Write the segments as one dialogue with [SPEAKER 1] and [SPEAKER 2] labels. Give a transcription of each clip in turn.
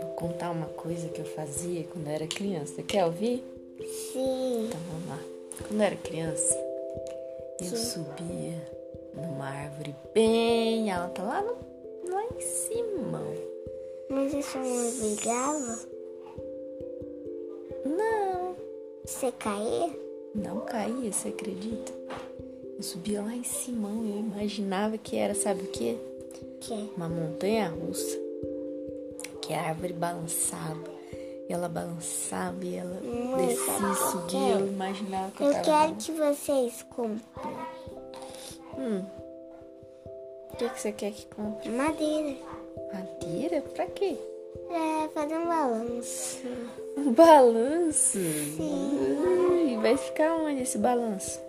[SPEAKER 1] Vou contar uma coisa que eu fazia quando eu era criança. Quer ouvir?
[SPEAKER 2] Sim.
[SPEAKER 1] Então vamos lá. Quando eu era criança, eu subia numa árvore bem alta, lá, no, lá em cima.
[SPEAKER 2] Mas isso é um não brigava?
[SPEAKER 1] Não,
[SPEAKER 2] Você caía?
[SPEAKER 1] não caía, você acredita? Eu subia lá em cima, eu imaginava que era, sabe o quê?
[SPEAKER 2] Que?
[SPEAKER 1] uma montanha russa que a árvore balançava. E ela balançava e ela
[SPEAKER 2] Mãe,
[SPEAKER 1] descia e
[SPEAKER 2] sabe o que
[SPEAKER 1] subia.
[SPEAKER 2] eu
[SPEAKER 1] Eu imaginava que eu,
[SPEAKER 2] Eu
[SPEAKER 1] tava.
[SPEAKER 2] quero
[SPEAKER 1] balan-
[SPEAKER 2] que vocês comprem
[SPEAKER 1] O que, que você quer que compre?
[SPEAKER 2] madeira.
[SPEAKER 1] Madeira? Pra quê?
[SPEAKER 2] É, fazer um balanço.
[SPEAKER 1] Um balanço? Ui, vai ficar onde esse balanço?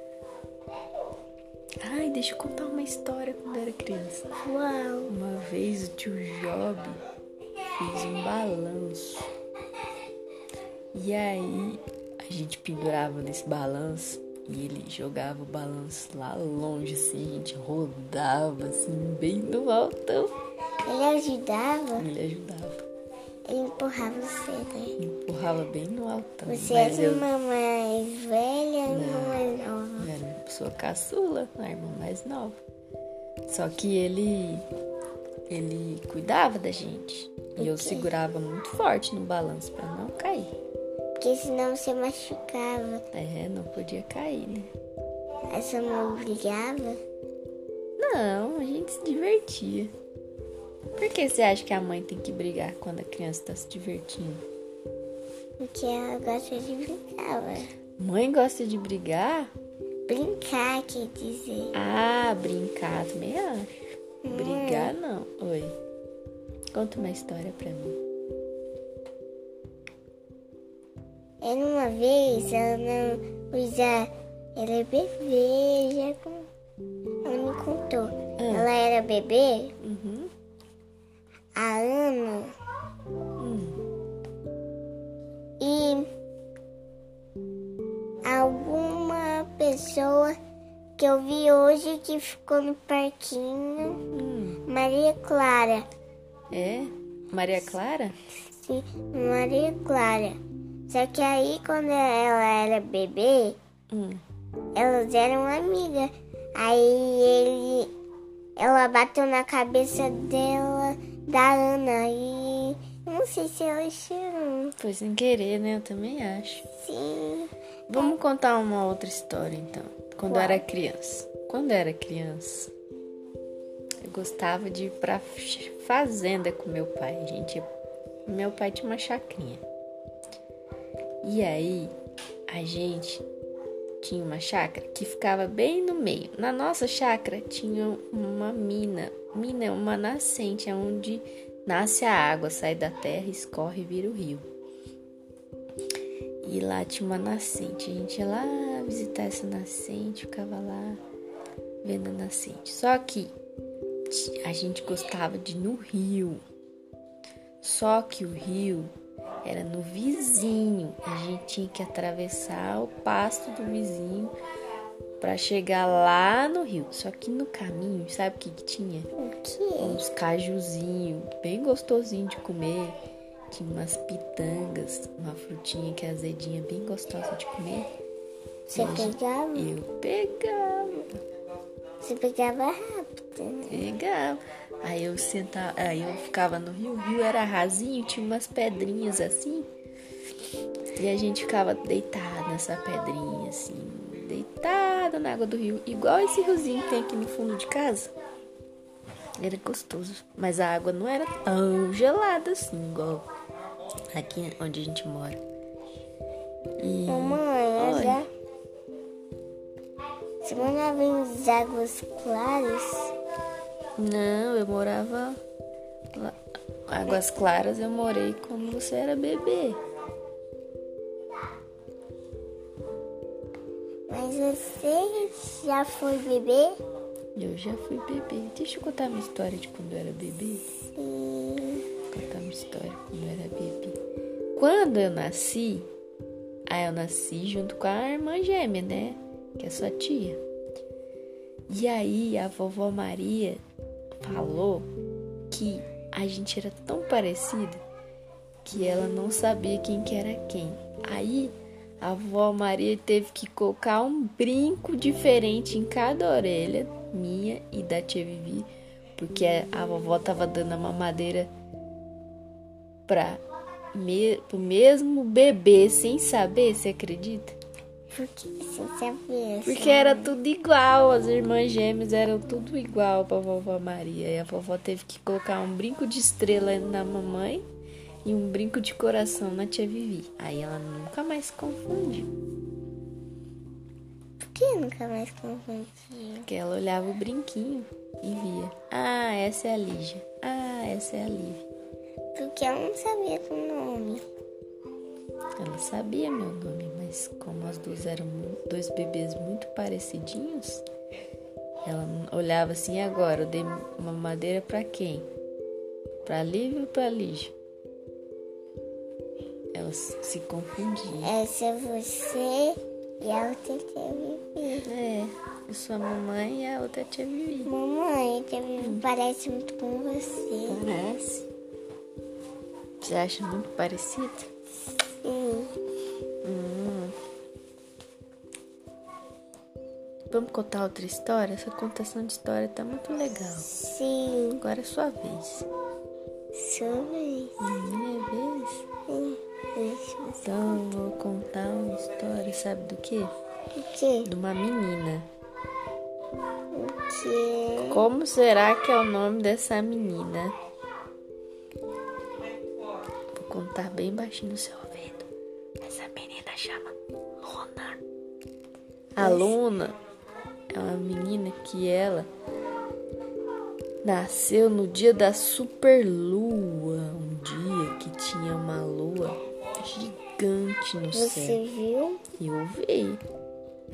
[SPEAKER 1] Ai, deixa eu contar uma história quando eu era criança.
[SPEAKER 2] Uau.
[SPEAKER 1] Uma vez o tio Job fez um balanço. E aí a gente pendurava nesse balanço e ele jogava o balanço lá longe, assim, a gente rodava assim, bem no altão.
[SPEAKER 2] Ele ajudava,
[SPEAKER 1] Ele ajudava,
[SPEAKER 2] ele empurrava você, né?
[SPEAKER 1] empurrava bem no altão.
[SPEAKER 2] Você
[SPEAKER 1] mas
[SPEAKER 2] era
[SPEAKER 1] eu,
[SPEAKER 2] uma mais velha e uma mais nova.
[SPEAKER 1] eu era uma pessoa caçula, a irmã mais nova. Só que ele ele cuidava da gente. E eu
[SPEAKER 2] Ok.
[SPEAKER 1] segurava muito forte no balanço pra não cair.
[SPEAKER 2] Porque senão você machucava.
[SPEAKER 1] É, não podia cair, né?
[SPEAKER 2] Aí você não brigava.
[SPEAKER 1] Não, a gente se divertia. Por que você acha que a mãe tem que brigar quando a criança tá se divertindo?
[SPEAKER 2] Porque ela gosta de brincava.
[SPEAKER 1] Mãe gosta de brigar?
[SPEAKER 2] Brincar quer dizer.
[SPEAKER 1] Ah, brincar também acho. Brigar não. Oi. Conta uma história pra mim.
[SPEAKER 2] Era É uma vez, ela não usa. Ela é bebê, já com... Ela me contou. Ela era bebê,
[SPEAKER 1] Hum. Uhum.
[SPEAKER 2] a Ana.
[SPEAKER 1] Hum.
[SPEAKER 2] E alguma pessoa que eu vi hoje que ficou no parquinho,
[SPEAKER 1] Hum.
[SPEAKER 2] Maria Clara.
[SPEAKER 1] É? Maria Clara?
[SPEAKER 2] Sim, Maria Clara. Só que aí quando ela era bebê,
[SPEAKER 1] Hum.
[SPEAKER 2] Elas eram amigas. Aí ele. Ela bateu na cabeça dela, da Ana. E eu não sei se elas chorou.
[SPEAKER 1] Foi sem querer, né? Eu também acho.
[SPEAKER 2] Sim.
[SPEAKER 1] Vamos contar uma outra história então. Quando eu era criança. Quando eu era criança, eu gostava de ir pra f- fazenda com meu pai. Gente, meu pai tinha uma chacrinha. E aí, a gente tinha uma chácara que ficava bem no meio. Na nossa chácara tinha uma mina. Mina é uma nascente, é onde nasce a água, sai da terra, escorre e vira o rio. E lá tinha uma nascente. A gente ia lá visitar essa nascente, ficava lá vendo a nascente. Só que ti- a gente gostava de ir no rio. Só que o rio era no vizinho. A gente tinha que atravessar o pasto do vizinho para chegar lá no rio. Só que no caminho, sabe o que, que tinha?
[SPEAKER 2] O quê?
[SPEAKER 1] uns cajuzinhos bem gostosinho de comer, tinha umas pitangas, uma frutinha que é azedinha, bem gostosa de comer.
[SPEAKER 2] Você pegava?
[SPEAKER 1] Eu pegava,
[SPEAKER 2] Você pegava rápido, né?
[SPEAKER 1] pegava. Aí eu sentava, aí eu ficava no rio, o rio era rasinho, tinha umas pedrinhas assim. E a gente ficava deitado nessa pedrinha assim, deitado na água do rio, igual esse riozinho que tem aqui no fundo de casa. Era gostoso, mas a água não era tão gelada assim, igual aqui onde a gente mora. E
[SPEAKER 2] Mamãe,
[SPEAKER 1] Oi.
[SPEAKER 2] olha. Você morava em águas claras?
[SPEAKER 1] não, eu morava lá, Águas Claras, eu morei quando você era bebê.
[SPEAKER 2] Mas você já foi bebê?
[SPEAKER 1] Eu já fui bebê. Deixa eu contar minha história de quando eu era bebê.
[SPEAKER 2] Sim.
[SPEAKER 1] Vou contar minha história de quando eu era bebê. Quando eu nasci, aí eu nasci junto com a irmã gêmea, né? Que é sua tia. E aí a vovó Maria falou que a gente era tão parecida que ela não sabia quem que era quem. Aí a avó Maria teve que colocar um brinco diferente em cada orelha, minha e da tia Vivi, porque a vovó tava dando a mamadeira para me, pro mesmo bebê sem saber, você acredita?
[SPEAKER 2] Por que você sabia?
[SPEAKER 1] Porque era tudo igual, as irmãs gêmeas eram tudo igual pra vovó Maria. E a vovó teve que colocar um brinco de estrela na mamãe e um brinco de coração na tia Vivi. Aí ela nunca mais confundiu,
[SPEAKER 2] Por que nunca mais confundiu?
[SPEAKER 1] porque ela olhava o brinquinho e via. Ah, essa é a Lígia. Ah, essa é a Lívia.
[SPEAKER 2] Porque eu não sabia do nome.
[SPEAKER 1] Ela sabia meu nome, mas como as duas eram mu- dois bebês muito parecidinhos, ela n- olhava assim, "E agora eu dei uma madeira pra quem? Pra Lívia ou pra Lígia? Ela s- se confundia.
[SPEAKER 2] Essa é você e a outra tia Vivi.
[SPEAKER 1] É, eu sou a mamãe e a outra é a tia Vivi.
[SPEAKER 2] Mamãe, a tia Vivi parece muito com você.
[SPEAKER 1] Parece. Você acha muito parecida?
[SPEAKER 2] Sim.
[SPEAKER 1] Vamos contar outra história? Essa contação de história tá muito legal.
[SPEAKER 2] Sim.
[SPEAKER 1] Agora é sua vez.
[SPEAKER 2] Sobre isso.
[SPEAKER 1] Minha vez.
[SPEAKER 2] Sim. Deixa eu-
[SPEAKER 1] Então eu vou contar uma história, sabe do quê?
[SPEAKER 2] O quê?
[SPEAKER 1] De uma menina.
[SPEAKER 2] O quê?
[SPEAKER 1] Como será que é o nome dessa menina? Vou contar bem baixinho no seu ouvido. Essa menina chama Luna. A Luna é uma menina que ela nasceu no dia da superlua, um dia que tinha uma lua gigante no céu.
[SPEAKER 2] Você viu?
[SPEAKER 1] E eu vi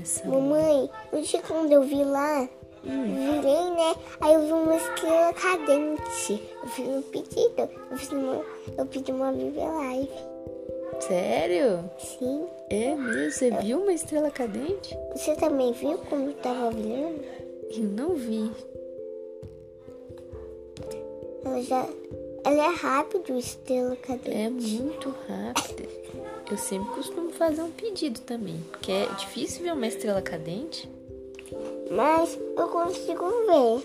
[SPEAKER 1] essa
[SPEAKER 2] Mamãe, o dia quando eu vi lá, virei, né? Aí eu vi uma estrela cadente. Eu fiz um pedido. Eu, fiz uma, eu pedi uma Bíblia Live.
[SPEAKER 1] Sério?
[SPEAKER 2] Sim.
[SPEAKER 1] É mesmo? Você viu uma estrela cadente?
[SPEAKER 2] Você também viu como eu tava brilhando?
[SPEAKER 1] Eu não vi.
[SPEAKER 2] Ela já. Ela é rápido, estrela cadente.
[SPEAKER 1] É muito rápida. Eu sempre costumo fazer um pedido também. Porque é difícil ver uma estrela cadente.
[SPEAKER 2] Mas eu consigo ver.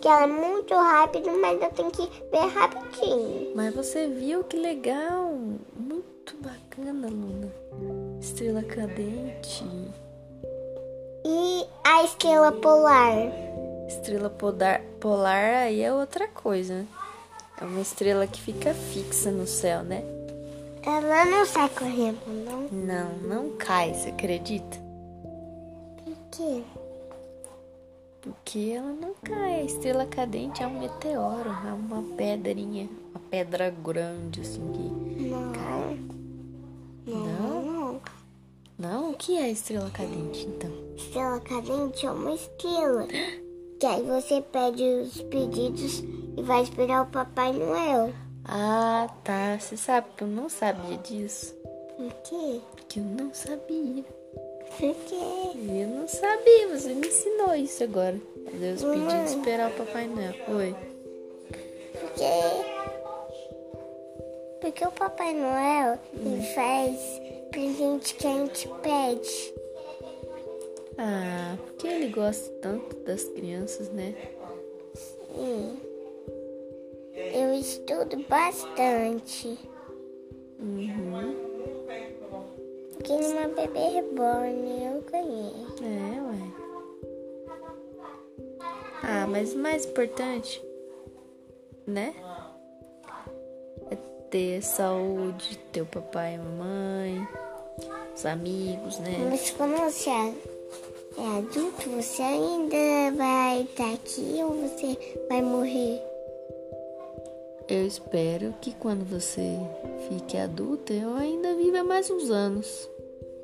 [SPEAKER 2] Que ela é muito rápida, mas eu tenho que ver rapidinho.
[SPEAKER 1] Mas você viu que legal! Muito bacana, Luna. Estrela cadente.
[SPEAKER 2] E a estrela polar?
[SPEAKER 1] Estrela podar- polar aí é outra coisa. É uma estrela que fica fixa no céu, né?
[SPEAKER 2] Ela não sai correndo, não?
[SPEAKER 1] Não, não cai, você acredita?
[SPEAKER 2] Por quê?
[SPEAKER 1] Porque ela não cai. A estrela cadente é um meteoro, é uma pedrinha, uma pedra grande assim que.
[SPEAKER 2] Não.
[SPEAKER 1] Não?
[SPEAKER 2] Não.
[SPEAKER 1] Não, o que é a estrela cadente então?
[SPEAKER 2] Estrela cadente é uma estrela. Que aí você pede os pedidos e vai esperar o Papai Noel.
[SPEAKER 1] Ah, tá. Você sabe que eu não sabia disso.
[SPEAKER 2] Por quê?
[SPEAKER 1] Porque eu não sabia.
[SPEAKER 2] Por quê?
[SPEAKER 1] Eu não sabia, você me ensinou isso agora. Fazer os pedidos e esperar o Papai Noel. Oi.
[SPEAKER 2] Porque, porque o Papai Noel ele faz presente que a gente pede.
[SPEAKER 1] Ah, porque ele gosta tanto das crianças, né?
[SPEAKER 2] Hum. Eu estudo bastante. Porque numa bebê reborn eu ganhei.
[SPEAKER 1] É, ué. Ah, mas o mais importante, né? É ter saúde, ter o papai e a mamãe, os amigos, né?
[SPEAKER 2] Mas quando você é é adulto, você ainda vai estar aqui ou você vai morrer?
[SPEAKER 1] Eu espero que quando você fique adulta, eu ainda viva mais uns anos.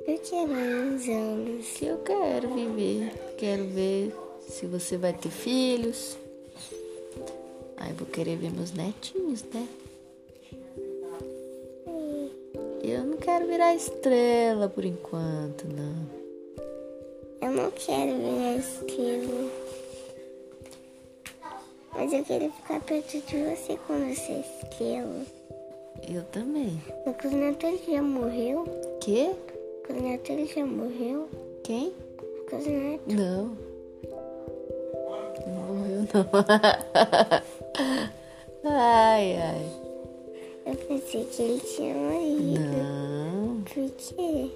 [SPEAKER 2] Eu tinha uns anos.
[SPEAKER 1] Que eu quero viver. Quero ver se você vai ter filhos. Aí vou querer ver meus netinhos, né? Eu não quero virar estrela por enquanto, não.
[SPEAKER 2] Eu não quero virar estrela. Mas eu queria ficar perto de você quando você é estrela.
[SPEAKER 1] Eu também.
[SPEAKER 2] O Cosnatel já morreu?
[SPEAKER 1] Que?
[SPEAKER 2] O Cosnatel já morreu?
[SPEAKER 1] Quem?
[SPEAKER 2] O Cosnatel.
[SPEAKER 1] Não. Não morreu, não. ai, ai.
[SPEAKER 2] Eu pensei que ele tinha morrido.
[SPEAKER 1] Não.
[SPEAKER 2] Por quê?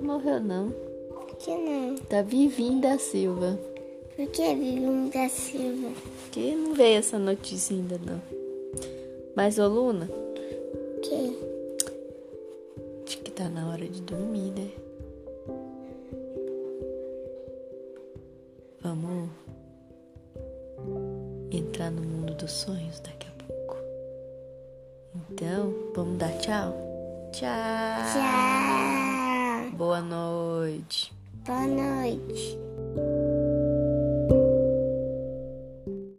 [SPEAKER 1] Morreu, não.
[SPEAKER 2] Por que não?
[SPEAKER 1] Tá vivinho da Silva.
[SPEAKER 2] Por que Vivinho da Silva?
[SPEAKER 1] Que não veio essa notícia ainda, não. Mas, ô Luna,
[SPEAKER 2] Por quê?
[SPEAKER 1] acho que tá na hora de dormir, né? Vamos entrar no mundo dos sonhos daqui a pouco. Então, vamos dar tchau? Tchau!
[SPEAKER 2] Tchau.
[SPEAKER 1] Boa noite!
[SPEAKER 2] Boa noite.